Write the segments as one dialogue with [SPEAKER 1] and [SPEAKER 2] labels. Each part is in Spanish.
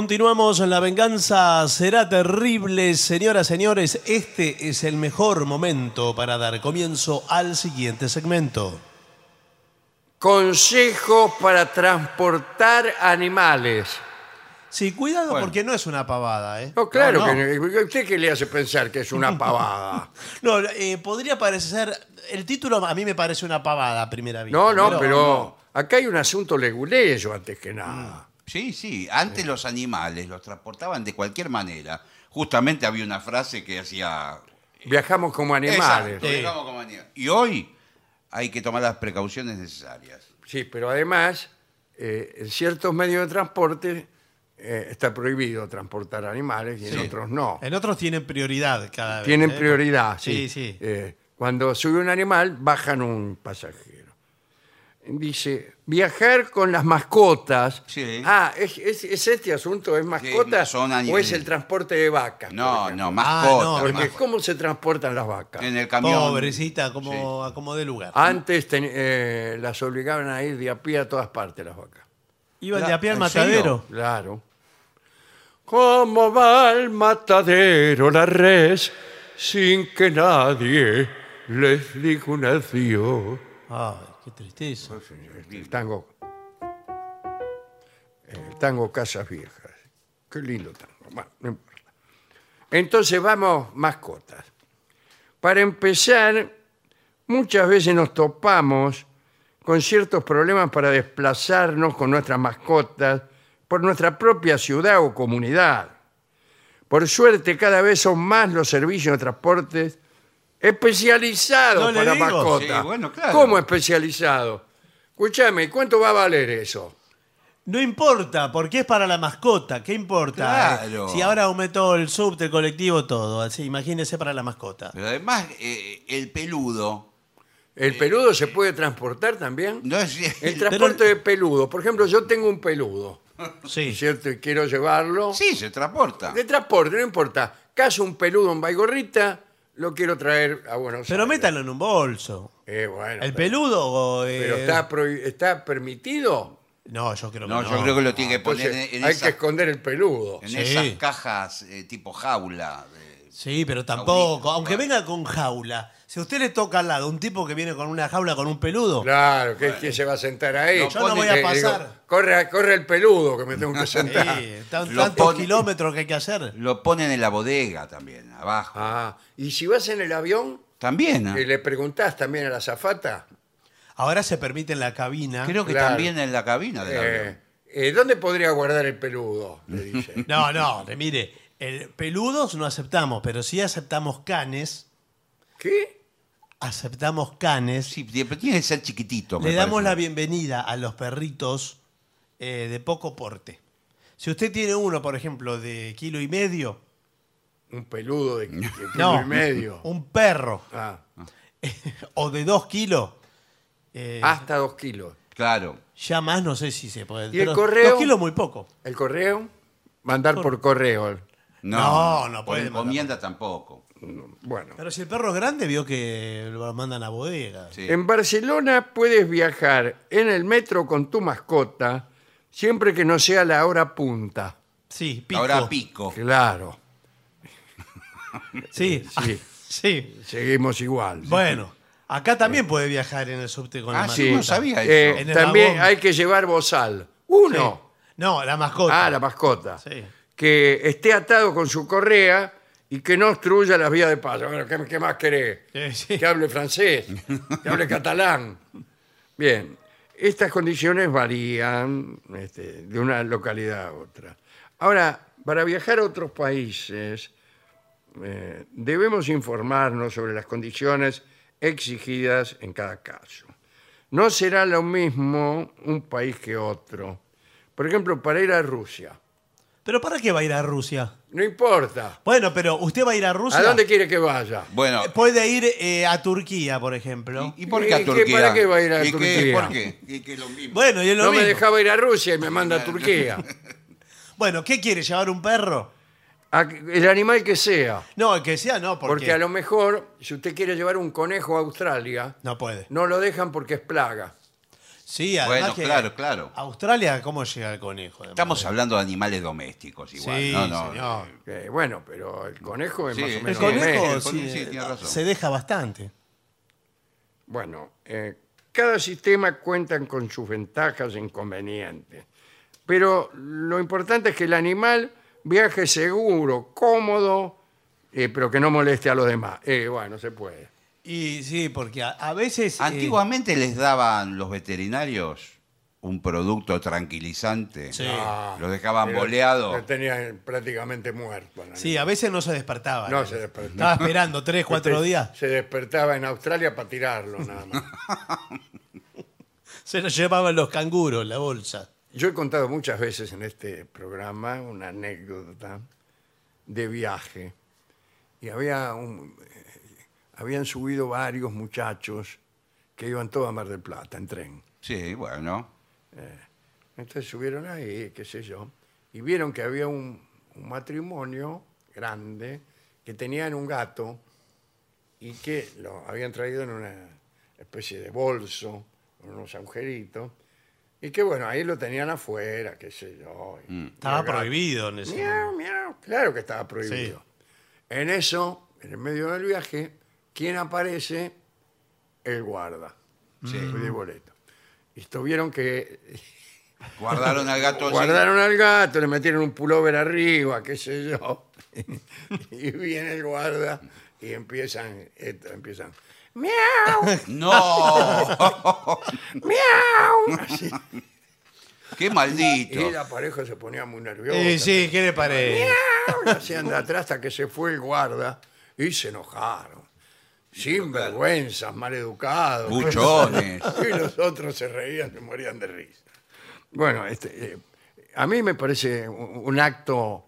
[SPEAKER 1] Continuamos en La Venganza Será Terrible. Señoras, señores, este es el mejor momento para dar comienzo al siguiente segmento.
[SPEAKER 2] Consejos para transportar animales.
[SPEAKER 1] Sí, cuidado
[SPEAKER 3] Bueno.
[SPEAKER 1] porque no es una pavada, ¿eh?
[SPEAKER 2] No, claro
[SPEAKER 1] No, no.
[SPEAKER 2] que no. ¿Usted qué le hace pensar que es una pavada?
[SPEAKER 1] No, eh, podría parecer. El título a mí me parece una pavada a primera vista.
[SPEAKER 2] No, no, pero acá hay un asunto leguleyo antes que nada.
[SPEAKER 3] Sí, sí. Antes los animales los transportaban de cualquier manera. Justamente había una frase que hacía...
[SPEAKER 1] Mm.
[SPEAKER 2] Viajamos como animales.
[SPEAKER 3] Exacto, digamos como animales. Y hoy hay que tomar las precauciones necesarias.
[SPEAKER 2] Sí, pero además, eh, en ciertos medios de transporte eh, está prohibido transportar animales y en
[SPEAKER 1] Sí.
[SPEAKER 2] otros no.
[SPEAKER 1] En otros tienen prioridad cada vez.
[SPEAKER 2] Tienen
[SPEAKER 1] ¿eh?
[SPEAKER 2] prioridad,
[SPEAKER 1] Sí,
[SPEAKER 2] sí.
[SPEAKER 1] sí.
[SPEAKER 2] Eh, cuando sube un animal, bajan un pasajero. Dice, viajar con las mascotas.
[SPEAKER 3] Sí.
[SPEAKER 2] Ah, es, es- es este asunto, ¿es mascotas
[SPEAKER 3] son
[SPEAKER 2] o
[SPEAKER 3] animales.
[SPEAKER 2] es el transporte de vacas?
[SPEAKER 3] No,
[SPEAKER 2] por ejemplo?
[SPEAKER 3] no,
[SPEAKER 1] Ah, no,
[SPEAKER 3] mascotas.
[SPEAKER 1] porque
[SPEAKER 2] Porque
[SPEAKER 3] mascotas.
[SPEAKER 2] ¿cómo se transportan las vacas?
[SPEAKER 3] En el camión.
[SPEAKER 1] Pobrecita, como, a como de lugar.
[SPEAKER 2] Ah, Antes ten- eh, las obligaban a ir de a pie a todas partes las vacas.
[SPEAKER 1] Iban de a pie al
[SPEAKER 3] ¿en serio?
[SPEAKER 1] matadero.
[SPEAKER 2] Claro. ¿Cómo va al matadero la res sin que nadie les diga un adiós?
[SPEAKER 1] Ay, qué tristeza.
[SPEAKER 2] El tango. El Eh, tango Casas Viejas. Qué lindo tango. Bueno, no importa. Entonces vamos, mascotas. Para empezar, muchas veces nos topamos con ciertos problemas para desplazarnos con nuestras mascotas por nuestra propia ciudad o comunidad. Por suerte, cada vez son más los servicios de transportes especializados
[SPEAKER 1] No le
[SPEAKER 2] para
[SPEAKER 1] digo.
[SPEAKER 2] mascotas.
[SPEAKER 3] Sí, bueno, claro.
[SPEAKER 2] ¿Cómo especializado? Escúchame, ¿cuánto va a valer eso?
[SPEAKER 1] No importa, porque es para la mascota, ¿qué importa?
[SPEAKER 3] Claro.
[SPEAKER 1] Si ahora aumentó el subte, el colectivo, todo, así, imagínese para la mascota.
[SPEAKER 3] Pero además, eh, el peludo
[SPEAKER 2] ¿El peludo se puede transportar también?
[SPEAKER 3] no es...
[SPEAKER 2] El transporte de peludo. Por ejemplo, yo tengo un peludo,
[SPEAKER 1] Sí.
[SPEAKER 2] ¿cierto? Y quiero llevarlo.
[SPEAKER 3] Sí, se transporta.
[SPEAKER 2] De transporte, no importa. Caso un peludo en Baigorrita, lo quiero traer a Buenos
[SPEAKER 1] Pero
[SPEAKER 2] Aires.
[SPEAKER 1] métalo en un bolso.
[SPEAKER 2] Eh, bueno,
[SPEAKER 1] ¿El
[SPEAKER 2] pero-
[SPEAKER 1] peludo o, eh,
[SPEAKER 2] ¿Pero está, prohi- está permitido?
[SPEAKER 1] No, yo creo que
[SPEAKER 3] No,
[SPEAKER 1] no.
[SPEAKER 3] yo creo que lo tiene que poner
[SPEAKER 2] Entonces,
[SPEAKER 3] en, en
[SPEAKER 2] hay
[SPEAKER 3] esa-
[SPEAKER 2] que esconder el peludo.
[SPEAKER 3] en
[SPEAKER 1] Sí.
[SPEAKER 3] esas cajas eh, tipo jaula. de-
[SPEAKER 1] Sí, pero tampoco.
[SPEAKER 3] Jaulita,
[SPEAKER 1] Aunque
[SPEAKER 3] claro.
[SPEAKER 1] venga con jaula. Si a usted le toca al lado un tipo que viene con una jaula con un peludo,
[SPEAKER 2] Claro, que es que se va a sentar ahí.
[SPEAKER 3] Lo Yo no pone-
[SPEAKER 1] voy a
[SPEAKER 2] Eh, digo,
[SPEAKER 1] pasar.
[SPEAKER 2] corre, corre el peludo que me tengo que
[SPEAKER 1] sí,
[SPEAKER 2] sentar.
[SPEAKER 1] tan-
[SPEAKER 3] Lo
[SPEAKER 1] tantos
[SPEAKER 3] pone-
[SPEAKER 1] kilómetros que hay que hacer.
[SPEAKER 3] Lo ponen en la bodega también, abajo.
[SPEAKER 2] Ah, y si vas en el avión,
[SPEAKER 3] También. ¿eh?
[SPEAKER 2] eh, le preguntás también a la zafata,
[SPEAKER 1] Ahora se permite en la cabina.
[SPEAKER 3] Creo que
[SPEAKER 2] Claro. Eh,
[SPEAKER 3] también en la cabina del avión.
[SPEAKER 2] ¿dónde podría guardar el peludo? Le dice.
[SPEAKER 1] No, no, le- mire, el- peludos no aceptamos, pero sí aceptamos canes.
[SPEAKER 2] ¿Qué?
[SPEAKER 1] Aceptamos canes.
[SPEAKER 3] Sí, pero tiene que ser chiquitito. me
[SPEAKER 1] Le damos
[SPEAKER 3] parece.
[SPEAKER 1] la bienvenida a los perritos eh, de poco porte. Si usted tiene uno, por ejemplo, de kilo y medio,
[SPEAKER 2] Un peludo de, de kilo
[SPEAKER 1] no,
[SPEAKER 2] y medio.
[SPEAKER 1] un perro
[SPEAKER 2] Ah,
[SPEAKER 1] o de dos kilos, eh,
[SPEAKER 2] hasta dos kilos.
[SPEAKER 3] Claro.
[SPEAKER 1] ya más no sé si se puede.
[SPEAKER 2] ¿Y el
[SPEAKER 1] pero
[SPEAKER 2] correo?
[SPEAKER 1] Dos kilos muy poco.
[SPEAKER 2] ¿El correo? Mandar por correo.
[SPEAKER 1] No,
[SPEAKER 3] No,
[SPEAKER 1] no
[SPEAKER 3] Por
[SPEAKER 1] puede mandar.
[SPEAKER 3] encomienda tampoco.
[SPEAKER 2] Bueno.
[SPEAKER 1] Pero si el perro es grande, vio que lo mandan a bodega.
[SPEAKER 3] Sí.
[SPEAKER 2] En Barcelona puedes viajar en el metro con tu mascota siempre que no sea la hora punta.
[SPEAKER 1] Sí, pico.
[SPEAKER 3] Ahora
[SPEAKER 1] Oh.
[SPEAKER 3] pico.
[SPEAKER 2] Claro.
[SPEAKER 1] Sí,
[SPEAKER 2] Sí.
[SPEAKER 1] sí.
[SPEAKER 2] Seguimos igual.
[SPEAKER 1] Bueno, acá también puede viajar en el subte con la
[SPEAKER 3] Ah, sí,
[SPEAKER 1] mascota.
[SPEAKER 3] no sabía eso.
[SPEAKER 2] Eh,
[SPEAKER 1] En el
[SPEAKER 2] también
[SPEAKER 1] vagón.
[SPEAKER 2] hay que llevar bozal.
[SPEAKER 1] Sí.
[SPEAKER 2] Uno.
[SPEAKER 1] No, la mascota.
[SPEAKER 2] Ah, la mascota.
[SPEAKER 1] Sí.
[SPEAKER 2] Que esté atado con su correa y que no obstruya las vías de paso. Bueno, ¿qué, qué más querés?
[SPEAKER 1] Sí, sí.
[SPEAKER 2] Que hable francés, que hable catalán. Bien, estas condiciones varían este, de una localidad a otra. Ahora, para viajar a otros países, eh, debemos informarnos sobre las condiciones exigidas en cada caso. No será lo mismo un país que otro. Por ejemplo, para ir a Rusia.
[SPEAKER 1] ¿Pero para qué va a ir a Rusia?
[SPEAKER 2] No importa.
[SPEAKER 1] Bueno, pero usted va a ir a Rusia.
[SPEAKER 2] ¿A dónde quiere que vaya?
[SPEAKER 3] Bueno.
[SPEAKER 1] Eh, Puede ir eh, a Turquía, por ejemplo.
[SPEAKER 3] ¿Y, y por qué
[SPEAKER 2] ¿Y
[SPEAKER 3] a
[SPEAKER 2] qué-
[SPEAKER 3] Turquía?
[SPEAKER 2] para qué va a ir a
[SPEAKER 3] ¿Y qué-
[SPEAKER 2] Turquía?
[SPEAKER 3] ¿Por qué? ¿Y qué lo mismo?
[SPEAKER 1] Bueno, y es lo
[SPEAKER 2] No me
[SPEAKER 1] mismo.
[SPEAKER 2] dejaba ir a Rusia y me manda a Turquía.
[SPEAKER 1] Bueno, ¿qué quiere? ¿Llevar un perro?
[SPEAKER 2] A- el animal que sea.
[SPEAKER 1] No, el que sea no, porque,
[SPEAKER 2] Porque a lo mejor, si usted quiere llevar un conejo a Australia,
[SPEAKER 1] no puede.
[SPEAKER 2] no lo dejan porque es plaga.
[SPEAKER 1] Sí, además
[SPEAKER 3] Bueno,
[SPEAKER 1] que Ah,
[SPEAKER 3] claro, claro.
[SPEAKER 1] Australia, ¿cómo llega el conejo? además?
[SPEAKER 3] Estamos hablando de animales domésticos igual.
[SPEAKER 1] Sí,
[SPEAKER 3] no, no.
[SPEAKER 1] señor.
[SPEAKER 2] Eh, bueno, pero el conejo es
[SPEAKER 3] Sí,
[SPEAKER 2] más o
[SPEAKER 3] el
[SPEAKER 1] El
[SPEAKER 2] menos
[SPEAKER 1] conejo
[SPEAKER 2] doméstico.
[SPEAKER 3] el
[SPEAKER 1] sí, eh,
[SPEAKER 3] conejo, sí, tiene razón.
[SPEAKER 1] se deja bastante.
[SPEAKER 2] Bueno, eh, cada sistema cuenta con sus ventajas e inconvenientes, pero lo importante es que el animal viaje seguro, cómodo, eh, pero que no moleste a los demás. Eh, bueno, se puede.
[SPEAKER 1] Y sí, porque a, a veces. eh,
[SPEAKER 3] Antiguamente les daban los veterinarios un producto tranquilizante.
[SPEAKER 1] Sí.
[SPEAKER 2] Ah,
[SPEAKER 3] Lo dejaban
[SPEAKER 2] pero
[SPEAKER 3] boleado.
[SPEAKER 2] Lo tenían prácticamente muerto. al
[SPEAKER 1] sí, a veces no se despertaba.
[SPEAKER 2] No se despertaba. Este-
[SPEAKER 1] Estaba esperando tres, cuatro días.
[SPEAKER 2] Se despertaba en Australia para tirarlo nada más.
[SPEAKER 1] Se lo llevaban los canguros, la bolsa.
[SPEAKER 2] Yo he contado muchas veces en este programa una anécdota de viaje y había un- eh, habían subido varios muchachos que iban todos a Mar del Plata en tren.
[SPEAKER 3] Sí, bueno.
[SPEAKER 2] Entonces subieron ahí, qué sé yo, y vieron que había un, un matrimonio grande que tenían un gato y que lo habían traído en una especie de bolso, con unos agujeritos, y que bueno, ahí lo tenían afuera, qué sé yo. y- y
[SPEAKER 1] Estaba
[SPEAKER 2] el gato-
[SPEAKER 1] prohibido en ese
[SPEAKER 2] Miau, miau, claro que estaba prohibido. En eso, en el medio del viaje, ¿quién aparece? El guarda.
[SPEAKER 3] Sí.
[SPEAKER 2] De boleto. Y tuvieron que
[SPEAKER 3] Guardaron al gato.
[SPEAKER 2] Guardaron al gato, le metieron un pullover arriba, qué sé yo. y viene el guarda y empiezan, esto, empiezan. ¡Miau!
[SPEAKER 3] ¡No!
[SPEAKER 2] ¡Miau! Así.
[SPEAKER 3] ¡Qué
[SPEAKER 2] Y
[SPEAKER 3] maldito!
[SPEAKER 2] la pareja se ponía muy nerviosa.
[SPEAKER 1] Sí, sí, ¿qué le
[SPEAKER 3] este
[SPEAKER 1] parece?
[SPEAKER 2] ¡Miau! Hacían de atrás hasta que se fue el guarda y se enojaron. Sin vergüenzas, maleducados.
[SPEAKER 3] Buchones.
[SPEAKER 2] Y los otros se reían, se morían de risa. Bueno, este, eh, a mí me parece un, un acto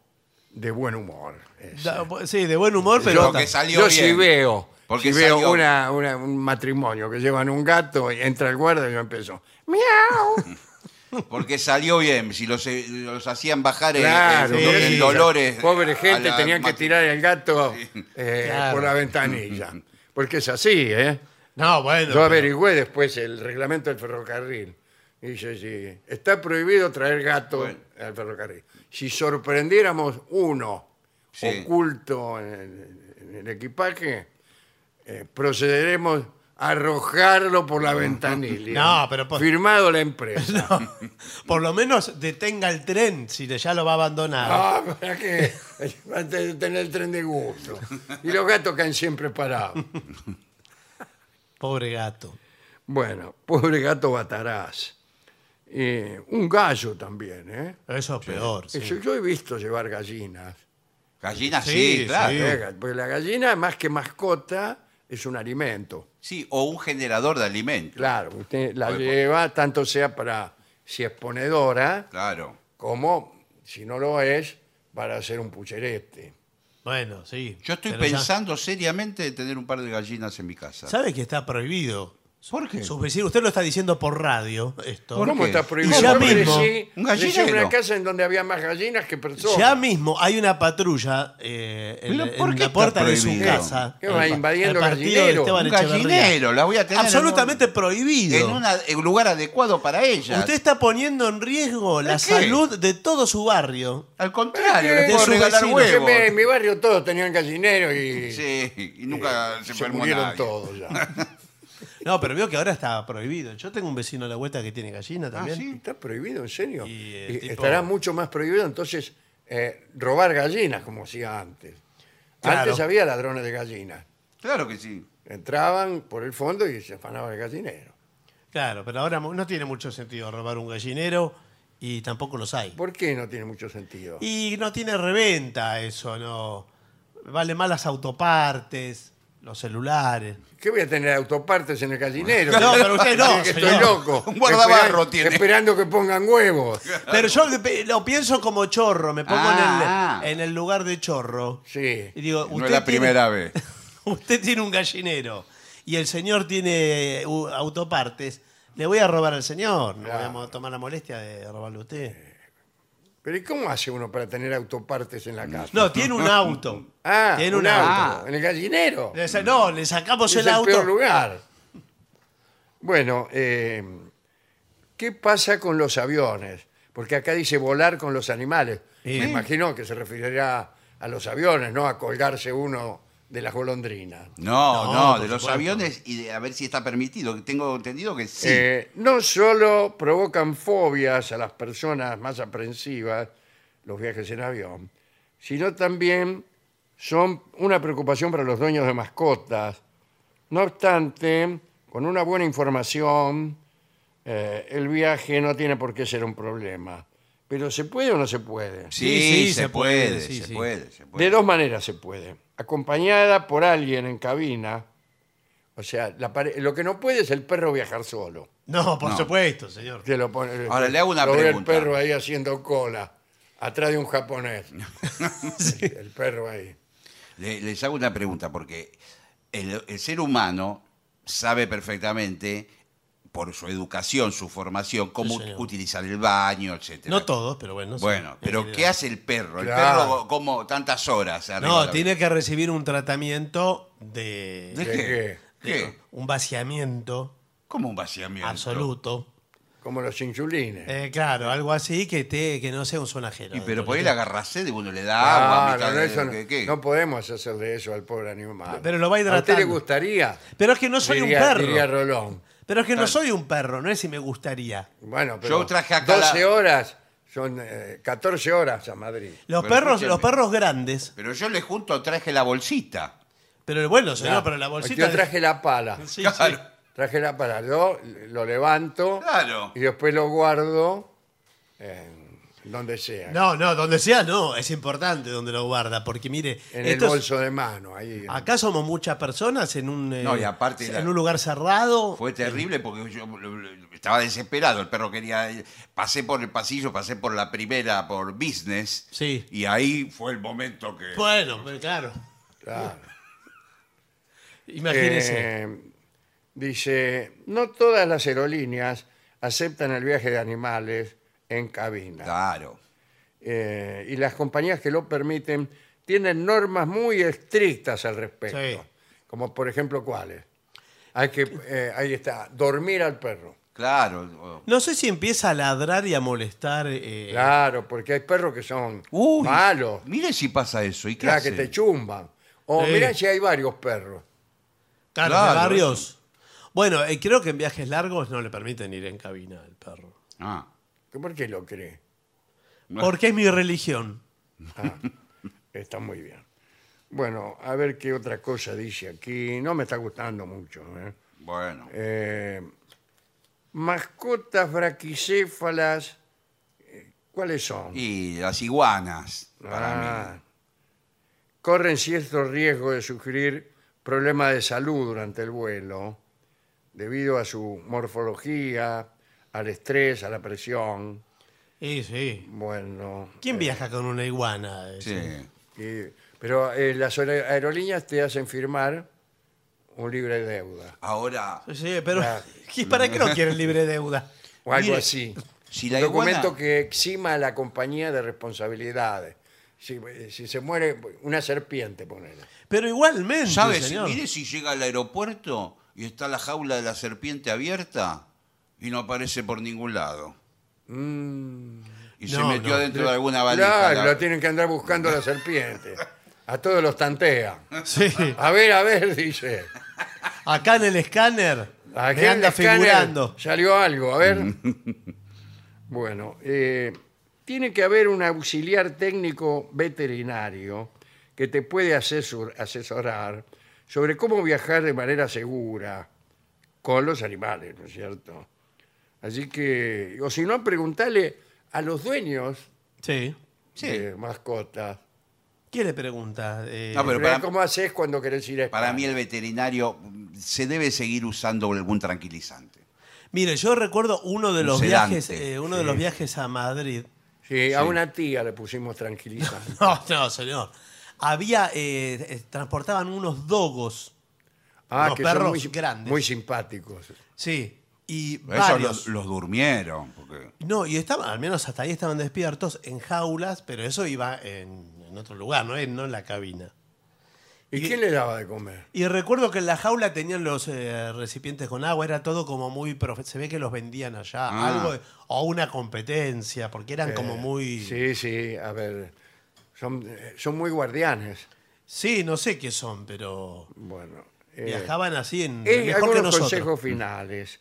[SPEAKER 2] de buen humor. ese.
[SPEAKER 1] Da- sí, de buen humor, pero.
[SPEAKER 3] Yo que salió
[SPEAKER 2] Yo sí
[SPEAKER 3] bien.
[SPEAKER 2] veo.
[SPEAKER 3] Porque
[SPEAKER 2] si veo
[SPEAKER 3] salió-
[SPEAKER 2] una, una- un matrimonio que llevan un gato y entra el guarda y yo empiezo. ¡Miau!
[SPEAKER 3] Porque salió bien. Si los, eh, los hacían bajar el-
[SPEAKER 2] Claro,
[SPEAKER 3] el,
[SPEAKER 1] sí.
[SPEAKER 3] el eh, dolores.
[SPEAKER 2] Pobre
[SPEAKER 3] a
[SPEAKER 2] gente,
[SPEAKER 3] la
[SPEAKER 2] tenían que
[SPEAKER 3] matri-
[SPEAKER 2] tirar el gato eh,
[SPEAKER 1] Claro.
[SPEAKER 2] por la ventanilla. Porque es así, ¿eh?
[SPEAKER 1] No, bueno.
[SPEAKER 2] Yo
[SPEAKER 1] pero-
[SPEAKER 2] averigüé después el reglamento del ferrocarril. Y dice, sí, está prohibido traer gato
[SPEAKER 3] Bueno.
[SPEAKER 2] al ferrocarril. Si sorprendiéramos uno
[SPEAKER 3] Sí.
[SPEAKER 2] oculto en el, en el equipaje, eh, procederemos a arrojarlo por la ventanilla.
[SPEAKER 1] No, pero pues por-
[SPEAKER 2] Firmado la empresa.
[SPEAKER 1] Por lo menos detenga el tren si le- ya lo va a abandonar.
[SPEAKER 2] Ah, ¿para qué? Va a te- tener el tren de gusto. Y los gatos caen siempre parados.
[SPEAKER 1] Pobre gato.
[SPEAKER 2] Bueno, pobre gato Bataraz. Eh, un gallo también, ¿eh?
[SPEAKER 1] Eso es peor. sí.
[SPEAKER 2] Eso, yo he visto llevar gallinas.
[SPEAKER 3] Gallinas,
[SPEAKER 1] Sí,
[SPEAKER 3] sí,
[SPEAKER 1] sí.
[SPEAKER 3] claro.
[SPEAKER 2] Eh, ga- Porque la gallina, más que mascota, es un alimento.
[SPEAKER 3] Sí, o un generador de alimentos.
[SPEAKER 2] Claro, usted la
[SPEAKER 3] Puede-
[SPEAKER 2] lleva tanto sea para si es ponedora,
[SPEAKER 3] Claro.
[SPEAKER 2] como si no lo es, para hacer un pucherete.
[SPEAKER 1] Bueno, sí.
[SPEAKER 3] Yo estoy
[SPEAKER 1] pero ya-
[SPEAKER 3] pensando seriamente en tener un par de gallinas en mi casa.
[SPEAKER 1] ¿Sabe que está prohibido?
[SPEAKER 3] ¿Por qué?
[SPEAKER 1] Sus vecinos, usted lo está diciendo por radio, esto.
[SPEAKER 3] ¿Por
[SPEAKER 2] ¿Cómo
[SPEAKER 3] qué?
[SPEAKER 2] está prohibido?
[SPEAKER 1] Y ya
[SPEAKER 2] Yo me
[SPEAKER 1] mismo,
[SPEAKER 2] decí-
[SPEAKER 3] un
[SPEAKER 2] decí una
[SPEAKER 3] gallinero.
[SPEAKER 2] casa en donde había más gallinas que personas.
[SPEAKER 1] Ya mismo hay una patrulla eh, en,
[SPEAKER 3] Pero, ¿por
[SPEAKER 1] en
[SPEAKER 3] qué
[SPEAKER 1] la
[SPEAKER 3] está
[SPEAKER 1] puerta de su
[SPEAKER 3] prohibido?
[SPEAKER 1] casa.
[SPEAKER 2] ¿Qué va,
[SPEAKER 1] El pa-
[SPEAKER 2] invadiendo
[SPEAKER 1] el partido de
[SPEAKER 2] gallinero?
[SPEAKER 1] Esteban
[SPEAKER 3] Un
[SPEAKER 1] Echeverría.
[SPEAKER 3] gallinero, la voy a tener. en un-
[SPEAKER 1] Absolutamente
[SPEAKER 3] En,
[SPEAKER 1] prohibido.
[SPEAKER 3] una- en un lugar adecuado para ella.
[SPEAKER 1] Usted está poniendo en riesgo la
[SPEAKER 3] qué?
[SPEAKER 1] salud de todo su barrio.
[SPEAKER 3] Al contrario,
[SPEAKER 2] ¿Qué?
[SPEAKER 3] le puedo
[SPEAKER 1] De Eh, su
[SPEAKER 3] regalar
[SPEAKER 1] vecino.
[SPEAKER 2] Porque
[SPEAKER 3] huevos.
[SPEAKER 2] me- en mi barrio todos tenían gallinero y,
[SPEAKER 3] Sí, y nunca
[SPEAKER 2] eh,
[SPEAKER 3] se,
[SPEAKER 2] se
[SPEAKER 3] enfermó
[SPEAKER 2] murieron
[SPEAKER 3] nadie.
[SPEAKER 2] todos ya.
[SPEAKER 1] No, pero veo que ahora está prohibido. Yo tengo un vecino a la vuelta que tiene gallina también.
[SPEAKER 3] Ah, sí.
[SPEAKER 2] Está prohibido, en serio.
[SPEAKER 1] Y, eh,
[SPEAKER 2] Y
[SPEAKER 1] tipo-
[SPEAKER 2] Estará mucho más prohibido entonces eh, robar gallinas como hacía antes.
[SPEAKER 1] Claro.
[SPEAKER 2] Antes había ladrones de gallinas.
[SPEAKER 3] Claro que sí.
[SPEAKER 2] Entraban por el fondo y se afanaban el gallinero.
[SPEAKER 1] Claro, pero ahora mo- no tiene mucho sentido robar un gallinero y tampoco los hay.
[SPEAKER 2] ¿Por qué no tiene mucho sentido?
[SPEAKER 1] Y no tiene reventa eso, no. Vale más las autopartes, los celulares.
[SPEAKER 2] ¿Qué voy a tener autopartes en el gallinero?
[SPEAKER 1] No, pero usted no,
[SPEAKER 2] Dicen que estoy
[SPEAKER 1] señor.
[SPEAKER 2] loco.
[SPEAKER 3] Un guardabarro
[SPEAKER 2] Esperan-
[SPEAKER 3] tiene.
[SPEAKER 2] Esperando que pongan huevos.
[SPEAKER 1] Pero yo le pe- lo pienso como chorro, me pongo
[SPEAKER 3] Ah.
[SPEAKER 1] en, el, en el lugar de chorro.
[SPEAKER 2] Sí.
[SPEAKER 1] Y digo,
[SPEAKER 3] No es la
[SPEAKER 1] tiene-
[SPEAKER 3] primera vez.
[SPEAKER 1] Usted tiene un gallinero y el señor tiene uh, autopartes. Le voy a robar al señor, no
[SPEAKER 2] Claro.
[SPEAKER 1] voy a tomar la molestia de robarle a usted.
[SPEAKER 2] Pero ¿y cómo hace uno para tener autopartes en la casa?
[SPEAKER 1] No, tiene un auto.
[SPEAKER 2] Ah,
[SPEAKER 1] tiene
[SPEAKER 2] un auto.
[SPEAKER 3] auto.
[SPEAKER 2] En el gallinero.
[SPEAKER 1] Le sa- no, le sacamos
[SPEAKER 2] es
[SPEAKER 1] el,
[SPEAKER 2] el
[SPEAKER 1] auto.
[SPEAKER 2] peor lugar. Bueno, eh, ¿Qué pasa con los aviones? Porque acá dice volar con los animales.
[SPEAKER 1] Sí.
[SPEAKER 2] Me imagino que se referirá a los aviones, no a colgarse uno de las golondrinas.
[SPEAKER 3] No,
[SPEAKER 1] No,
[SPEAKER 3] no,
[SPEAKER 1] por
[SPEAKER 3] de los
[SPEAKER 1] supuesto.
[SPEAKER 3] aviones y de a ver si está permitido. que Tengo entendido que sí.
[SPEAKER 2] Eh, no solo provocan fobias a las personas más aprensivas, los viajes en avión, sino también son una preocupación para los dueños de mascotas. No obstante, con una buena información, eh, el viaje no tiene por qué ser un problema. Pero ¿se puede o no se puede?
[SPEAKER 3] sí,
[SPEAKER 1] sí,
[SPEAKER 3] se,
[SPEAKER 1] se
[SPEAKER 3] puede,
[SPEAKER 1] puede, sí,
[SPEAKER 3] se
[SPEAKER 1] sí.
[SPEAKER 3] puede, se puede.
[SPEAKER 2] De dos maneras se puede. Acompañada por alguien en cabina. O sea, la pare- lo que no puede es el perro viajar solo.
[SPEAKER 1] No, por
[SPEAKER 3] No.
[SPEAKER 1] supuesto, señor.
[SPEAKER 2] Te lo pone-
[SPEAKER 3] Ahora, le hago una
[SPEAKER 2] lo ve
[SPEAKER 3] pregunta.
[SPEAKER 2] el perro ahí haciendo cola, atrás de un japonés. El perro ahí.
[SPEAKER 3] Le- les hago una pregunta, porque el, el ser humano sabe perfectamente, por su educación, su formación, cómo
[SPEAKER 1] Sí, señor.
[SPEAKER 3] utilizar el baño, etc.
[SPEAKER 1] No todos, pero bueno. sí.
[SPEAKER 3] Bueno, pero
[SPEAKER 1] En
[SPEAKER 3] ¿qué
[SPEAKER 1] general.
[SPEAKER 3] hace el perro? El
[SPEAKER 2] Claro.
[SPEAKER 3] perro como tantas horas. arriba de
[SPEAKER 1] No,
[SPEAKER 3] la-
[SPEAKER 1] tiene que recibir un tratamiento de,
[SPEAKER 2] ¿De
[SPEAKER 3] ¿De qué?
[SPEAKER 1] de-
[SPEAKER 3] ¿Qué?
[SPEAKER 1] un vaciamiento
[SPEAKER 3] Como un vaciamiento.
[SPEAKER 1] absoluto.
[SPEAKER 2] Como los insulines.
[SPEAKER 1] Eh, claro, algo así que te, que no sea un sonajero.
[SPEAKER 3] Y pero por ahí le agarra sed y uno le da
[SPEAKER 2] Claro,
[SPEAKER 3] agua. mitad
[SPEAKER 2] Ah, no,
[SPEAKER 3] ah, de-
[SPEAKER 2] eso no-
[SPEAKER 3] ¿qué- qué?
[SPEAKER 2] no podemos hacerle eso al pobre animal.
[SPEAKER 1] Pero lo va
[SPEAKER 2] ¿A usted le
[SPEAKER 1] hidratando.
[SPEAKER 2] gustaría?
[SPEAKER 1] Pero es que no soy
[SPEAKER 2] Diría-
[SPEAKER 1] un perro.
[SPEAKER 2] diría Rolón.
[SPEAKER 1] Pero es que no
[SPEAKER 3] Claro.
[SPEAKER 1] soy un perro, no es si me gustaría.
[SPEAKER 2] Bueno, pero
[SPEAKER 3] Yo traje acá la-
[SPEAKER 2] 12 horas, son eh, 14 horas a Madrid.
[SPEAKER 1] Los
[SPEAKER 3] Pero
[SPEAKER 1] perros,
[SPEAKER 3] escúcheme.
[SPEAKER 1] los perros grandes.
[SPEAKER 3] Pero yo le junto, traje la bolsita.
[SPEAKER 1] Pero bueno, señor,
[SPEAKER 2] Ya.
[SPEAKER 1] pero la bolsita.
[SPEAKER 2] Yo
[SPEAKER 1] de-
[SPEAKER 2] traje la pala.
[SPEAKER 1] Sí, sí.
[SPEAKER 3] Claro.
[SPEAKER 2] Traje la pala. Yo lo levanto
[SPEAKER 3] Claro.
[SPEAKER 2] y después lo guardo en donde sea.
[SPEAKER 1] No, no, donde sea no, es importante donde lo guarda, porque mire,
[SPEAKER 2] en
[SPEAKER 1] esto
[SPEAKER 2] el
[SPEAKER 1] es-
[SPEAKER 2] bolso de mano. Ahí.
[SPEAKER 1] acá somos muchas personas en un eh,
[SPEAKER 3] No, y aparte
[SPEAKER 1] en
[SPEAKER 3] la-
[SPEAKER 1] un lugar cerrado.
[SPEAKER 3] Fue terrible porque yo lo- lo- estaba desesperado. El perro quería. Pasé por el pasillo, pasé por la primera, por business.
[SPEAKER 1] Sí.
[SPEAKER 3] Y ahí fue el momento que.
[SPEAKER 1] Bueno, pero claro.
[SPEAKER 2] Claro.
[SPEAKER 1] Imagínese.
[SPEAKER 2] Eh, dice, no todas las aerolíneas aceptan el viaje de animales en cabina.
[SPEAKER 3] Claro.
[SPEAKER 2] Eh, y las compañías que lo permiten tienen normas muy estrictas al respecto.
[SPEAKER 1] Sí.
[SPEAKER 2] Como por ejemplo, ¿cuáles? Hay que, eh, ahí está, dormir al perro.
[SPEAKER 3] Claro.
[SPEAKER 1] No sé si empieza a ladrar y a molestar. eh,
[SPEAKER 2] Claro, porque hay perros que son
[SPEAKER 3] Uy,
[SPEAKER 2] malos,
[SPEAKER 3] Mire si pasa eso. ¿Y qué
[SPEAKER 2] ya,
[SPEAKER 3] hace?
[SPEAKER 2] que te chumban. O
[SPEAKER 1] Sí.
[SPEAKER 2] mirá si hay varios perros.
[SPEAKER 1] claro,
[SPEAKER 3] claro,
[SPEAKER 1] de barrios. Bueno, eh, creo que en viajes largos no le permiten ir en cabina al perro.
[SPEAKER 3] Ah.
[SPEAKER 2] ¿Por qué lo cree?
[SPEAKER 1] Porque es mi religión.
[SPEAKER 2] Ah, Está muy bien. Bueno, a ver qué otra cosa dice aquí. No me está gustando mucho. ¿eh?
[SPEAKER 3] Bueno.
[SPEAKER 2] Eh, mascotas braquicéfalas, eh, ¿cuáles son?
[SPEAKER 3] Y las iguanas. Para mí.
[SPEAKER 2] Ah. Corren cierto riesgo de sufrir problemas de salud durante el vuelo debido a su morfología, al estrés, a la presión.
[SPEAKER 1] Sí, sí.
[SPEAKER 2] Bueno,
[SPEAKER 1] ¿Quién viaja con una iguana? Eh,
[SPEAKER 3] Sí.
[SPEAKER 2] y- pero eh, las aer- aerolíneas te hacen firmar un libre de deuda
[SPEAKER 3] Ahora,
[SPEAKER 1] Sí, Sí, pero
[SPEAKER 2] Claro.
[SPEAKER 1] ¿y ¿para qué no quieren libre deuda?
[SPEAKER 2] o algo
[SPEAKER 1] Mire,
[SPEAKER 2] así.
[SPEAKER 3] si la
[SPEAKER 2] Un documento
[SPEAKER 3] iguana.
[SPEAKER 2] que exima a la compañía de responsabilidades. Si, eh, si se muere una serpiente, ponele.
[SPEAKER 1] Pero igualmente,
[SPEAKER 3] ¿Sabes?
[SPEAKER 1] señor.
[SPEAKER 3] Mire si llega al aeropuerto y está la jaula de la serpiente abierta y no aparece por ningún lado. Y se
[SPEAKER 1] No,
[SPEAKER 3] metió
[SPEAKER 1] no.
[SPEAKER 3] adentro de Mm, alguna valija.
[SPEAKER 2] Claro,
[SPEAKER 3] la-
[SPEAKER 2] tienen que andar buscando la serpiente. A todos los tantea.
[SPEAKER 1] Sí.
[SPEAKER 2] A ver, a ver, dice.
[SPEAKER 1] Acá en el escáner
[SPEAKER 2] Aquí
[SPEAKER 1] me
[SPEAKER 2] en
[SPEAKER 1] anda
[SPEAKER 2] el escáner
[SPEAKER 1] figurando.
[SPEAKER 2] Salió algo, a ver. bueno, eh, tiene que haber un auxiliar técnico veterinario que te puede asesor- asesorar sobre cómo viajar de manera segura con los animales, ¿no es cierto? Así que, o si no, preguntarle a los dueños
[SPEAKER 1] Sí.
[SPEAKER 3] Sí.
[SPEAKER 2] de mascotas.
[SPEAKER 1] ¿Qué le pregunta? Eh,
[SPEAKER 3] No, pero- para-
[SPEAKER 2] ¿Cómo haces cuando querés ir a España?
[SPEAKER 3] Para mí el veterinario mm, se debe seguir usando algún tranquilizante.
[SPEAKER 1] Mire, yo recuerdo uno de
[SPEAKER 3] Un
[SPEAKER 1] los
[SPEAKER 3] sedante.
[SPEAKER 1] viajes, eh, uno de los viajes a Madrid.
[SPEAKER 2] Sí, a una tía le pusimos tranquilizante.
[SPEAKER 1] No, no, señor. Había, eh, eh, transportaban unos dogos.
[SPEAKER 2] Ah,
[SPEAKER 1] Los
[SPEAKER 2] que
[SPEAKER 1] perros
[SPEAKER 2] son muy,
[SPEAKER 1] grandes.
[SPEAKER 2] muy simpáticos.
[SPEAKER 1] Sí. Y
[SPEAKER 3] Eso
[SPEAKER 1] varios.
[SPEAKER 3] los, los durmieron. porque-
[SPEAKER 1] No, y estaban, al menos hasta ahí estaban despiertos en jaulas, pero eso iba en, en otro lugar, ¿no? Eh, no en la cabina.
[SPEAKER 2] ¿Y, quién le daba de comer?
[SPEAKER 1] Y recuerdo que en la jaula tenían los eh, recipientes con agua, era todo como muy. profe- Se ve que los vendían allá,
[SPEAKER 3] Ah.
[SPEAKER 1] algo. de- o una competencia, porque eran como muy. Sí.
[SPEAKER 2] Eh, Sí, sí, a ver. Son, eh, son muy guardianes.
[SPEAKER 1] no sé qué son, pero.
[SPEAKER 2] Bueno. eh,
[SPEAKER 1] Viajaban así en. mejor
[SPEAKER 2] Eh,
[SPEAKER 1] que
[SPEAKER 2] algunos
[SPEAKER 1] nosotros. Mm.
[SPEAKER 2] consejos finales.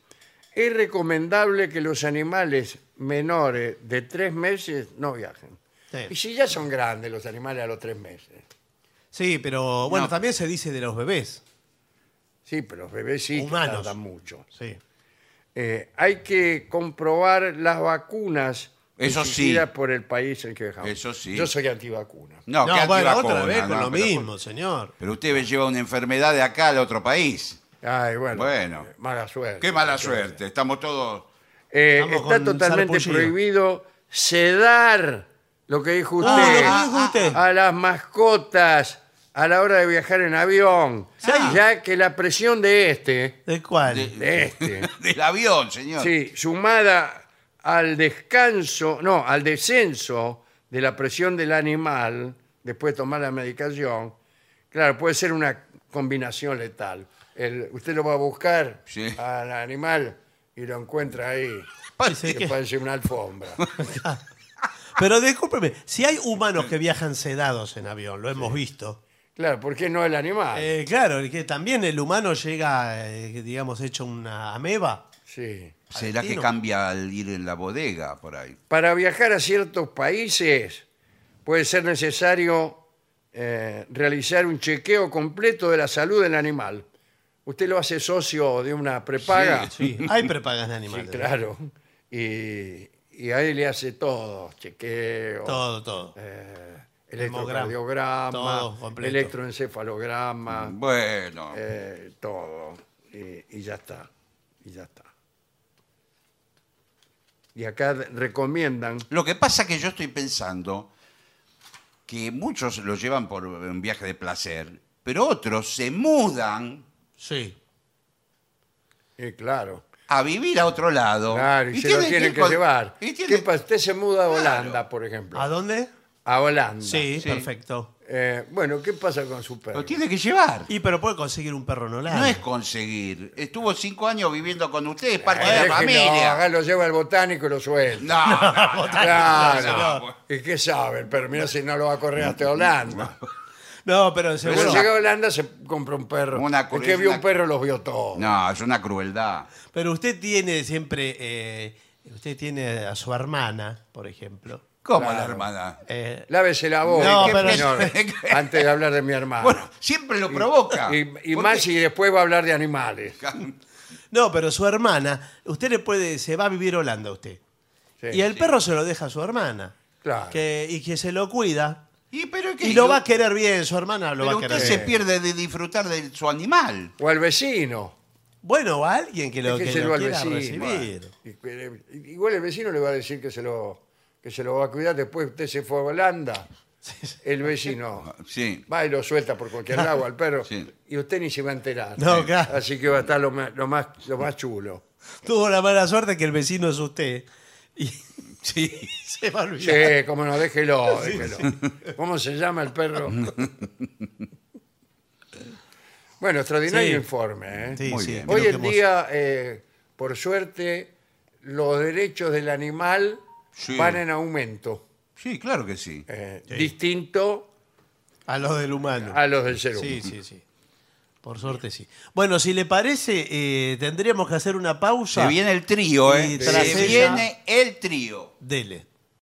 [SPEAKER 2] Es recomendable que los animales menores de tres meses no viajen.
[SPEAKER 1] Sí.
[SPEAKER 2] Y si ya son grandes los animales a los tres meses.
[SPEAKER 1] Sí, pero bueno,
[SPEAKER 3] No.
[SPEAKER 1] también se dice de los bebés.
[SPEAKER 2] Sí, pero los bebés sí que
[SPEAKER 1] Humanos.
[SPEAKER 2] tardan mucho.
[SPEAKER 1] Sí.
[SPEAKER 2] Eh, hay que comprobar las vacunas
[SPEAKER 3] Eso sí.
[SPEAKER 2] exigidas por el país en que viajamos.
[SPEAKER 3] Eso sí.
[SPEAKER 2] Yo soy antivacuna.
[SPEAKER 3] No,
[SPEAKER 1] No,
[SPEAKER 3] que
[SPEAKER 1] bueno,
[SPEAKER 3] antivacuna,
[SPEAKER 1] otra vez con
[SPEAKER 3] no,
[SPEAKER 1] lo
[SPEAKER 3] pero-
[SPEAKER 1] mismo, señor.
[SPEAKER 3] Pero usted lleva una enfermedad de acá al otro país.
[SPEAKER 2] Ay, bueno.
[SPEAKER 3] Bueno.
[SPEAKER 2] eh, Mala suerte.
[SPEAKER 3] Qué mala suerte. Estamos todos.
[SPEAKER 2] Eh,
[SPEAKER 1] Vamos
[SPEAKER 2] está
[SPEAKER 1] con
[SPEAKER 2] totalmente
[SPEAKER 1] sarpullido.
[SPEAKER 2] prohibido sedar lo que dijo usted.
[SPEAKER 1] Ah, lo que dijo usted.
[SPEAKER 2] A las mascotas a la hora de viajar en avión.
[SPEAKER 1] Sí.
[SPEAKER 2] Ya que la presión de este,
[SPEAKER 1] ¿De cuál?
[SPEAKER 3] De-
[SPEAKER 2] de este,
[SPEAKER 3] Del avión, señor.
[SPEAKER 2] sí, sumada al descanso, no, al descenso de la presión del animal después de tomar la medicación, claro, puede ser una combinación letal. El- usted lo va a buscar
[SPEAKER 3] Sí.
[SPEAKER 2] al animal y lo encuentra ahí.
[SPEAKER 1] Parece
[SPEAKER 2] que
[SPEAKER 1] que-
[SPEAKER 2] parece una alfombra.
[SPEAKER 1] Pero discúlpeme, si hay humanos que viajan sedados en avión, lo hemos visto.
[SPEAKER 2] Claro, ¿por qué no el animal?
[SPEAKER 1] Eh, claro, que también el humano llega, eh, digamos, hecho una ameba.
[SPEAKER 2] Sí.
[SPEAKER 3] ¿Será que
[SPEAKER 1] Argentino.
[SPEAKER 3] cambia al ir en la bodega por ahí?
[SPEAKER 2] Para viajar a ciertos países puede ser necesario eh, realizar un chequeo completo de la salud del animal. Usted lo hace socio de una prepaga.
[SPEAKER 1] Sí, hay prepagas de animales.
[SPEAKER 2] Sí, claro. Y, y ahí le hace todo, chequeo,
[SPEAKER 1] Todo, todo.
[SPEAKER 2] eh,
[SPEAKER 1] Hemograma, todo
[SPEAKER 2] electrocardiograma,
[SPEAKER 1] completo. Ah. Mm.
[SPEAKER 2] electroencefalograma.
[SPEAKER 3] Bueno.
[SPEAKER 2] eh, todo. Y, y ya está. Y ya está. Y acá de- recomiendan.
[SPEAKER 3] Lo que pasa que yo estoy pensando que muchos lo llevan por un viaje de placer, pero otros se mudan
[SPEAKER 1] Sí.
[SPEAKER 2] eh, claro.
[SPEAKER 3] a vivir a otro lado.
[SPEAKER 2] Claro, y, se lo tienen
[SPEAKER 3] ir
[SPEAKER 2] que
[SPEAKER 3] con-
[SPEAKER 2] llevar.
[SPEAKER 3] y
[SPEAKER 2] ¿Qué
[SPEAKER 3] tienen-
[SPEAKER 2] pasa? Usted se muda a
[SPEAKER 3] Claro.
[SPEAKER 2] Holanda, por ejemplo.
[SPEAKER 1] ¿A dónde?
[SPEAKER 2] A Holanda.
[SPEAKER 1] Sí,
[SPEAKER 3] Sí.
[SPEAKER 1] perfecto.
[SPEAKER 2] Eh, bueno, ¿qué pasa con su perro?
[SPEAKER 3] lo tiene que llevar.
[SPEAKER 1] Y pero puede conseguir un perro no
[SPEAKER 3] No es conseguir. Estuvo cinco años viviendo con usted, es parte de
[SPEAKER 2] Eh, Déjelo,
[SPEAKER 3] la familia.
[SPEAKER 2] acá lo lleva al botánico y lo suelta.
[SPEAKER 3] No, no, no.
[SPEAKER 2] claro.
[SPEAKER 1] no, no.
[SPEAKER 2] ¿Y qué sabe? Pero mira si no lo va a correr hasta Holanda.
[SPEAKER 1] No, pero
[SPEAKER 2] Pero
[SPEAKER 1] seguro.
[SPEAKER 2] llega a Holanda se compra un perro.
[SPEAKER 3] Una
[SPEAKER 2] el que
[SPEAKER 3] curiosidad-
[SPEAKER 2] vio un perro los vio todos.
[SPEAKER 3] No, es una crueldad.
[SPEAKER 1] Pero usted tiene siempre. eh, usted tiene a su hermana, por ejemplo.
[SPEAKER 3] ¿Cómo la
[SPEAKER 2] Claro.
[SPEAKER 3] hermana?
[SPEAKER 1] Eh,
[SPEAKER 2] Lávese la boca,
[SPEAKER 1] No, pero-
[SPEAKER 2] señor, antes de hablar de mi hermano.
[SPEAKER 3] Bueno, siempre lo provoca.
[SPEAKER 2] y y
[SPEAKER 3] ¿Por
[SPEAKER 2] más
[SPEAKER 3] qué?
[SPEAKER 2] si después va a hablar de animales.
[SPEAKER 1] no, pero su hermana. Usted le puede. Se va a vivir a Holanda usted.
[SPEAKER 2] Sí,
[SPEAKER 1] y el perro se lo deja a su hermana.
[SPEAKER 2] Claro.
[SPEAKER 1] Que, y que se lo cuida.
[SPEAKER 3] Y, pero es que-
[SPEAKER 1] Y lo va a querer bien, su hermana lo va
[SPEAKER 3] Pero
[SPEAKER 1] a
[SPEAKER 3] usted
[SPEAKER 1] querer
[SPEAKER 3] se
[SPEAKER 1] bien.
[SPEAKER 3] pierde de disfrutar de su animal.
[SPEAKER 2] O al vecino.
[SPEAKER 1] Bueno, a alguien que lo, que
[SPEAKER 2] Déjeselo
[SPEAKER 1] lo
[SPEAKER 2] al
[SPEAKER 1] quiera
[SPEAKER 2] vecino.
[SPEAKER 1] recibir.
[SPEAKER 2] Y- y- Igual el vecino le va a decir que se lo, que se lo va a cuidar. Después usted se fue a Holanda. El vecino
[SPEAKER 3] Sí.
[SPEAKER 2] va y lo suelta por cualquier lado al perro.
[SPEAKER 3] Sí.
[SPEAKER 2] Y usted ni se va a enterar.
[SPEAKER 1] No, claro.
[SPEAKER 2] Así que va a estar lo más, lo más, lo más chulo.
[SPEAKER 1] Tuvo la mala suerte que el vecino es usted. Y
[SPEAKER 3] Sí.
[SPEAKER 1] se va a
[SPEAKER 2] Sí,
[SPEAKER 1] olvidar.
[SPEAKER 2] como no, déjelo, déjelo. ¿Cómo se llama el perro? bueno, extraordinario
[SPEAKER 1] Sí.
[SPEAKER 2] informe. ¿eh?
[SPEAKER 1] Sí,
[SPEAKER 3] Muy
[SPEAKER 1] sí,
[SPEAKER 3] bien.
[SPEAKER 1] creo
[SPEAKER 2] Hoy
[SPEAKER 1] que
[SPEAKER 2] en
[SPEAKER 1] hemos-
[SPEAKER 2] día, eh, por suerte, los derechos del animal
[SPEAKER 3] Sí.
[SPEAKER 2] van en aumento,
[SPEAKER 3] Sí, claro que sí.
[SPEAKER 2] eh,
[SPEAKER 1] Sí.
[SPEAKER 2] distinto
[SPEAKER 1] A los del humano.
[SPEAKER 2] a los del ser humano.
[SPEAKER 1] Sí, sí, sí. Por suerte sí. Bueno, si le parece, eh, tendríamos que hacer una pausa.
[SPEAKER 3] Se viene el trío,
[SPEAKER 1] Y
[SPEAKER 3] ¿eh?
[SPEAKER 1] tras
[SPEAKER 3] Se
[SPEAKER 1] ella-
[SPEAKER 3] viene el trío.
[SPEAKER 1] Dele.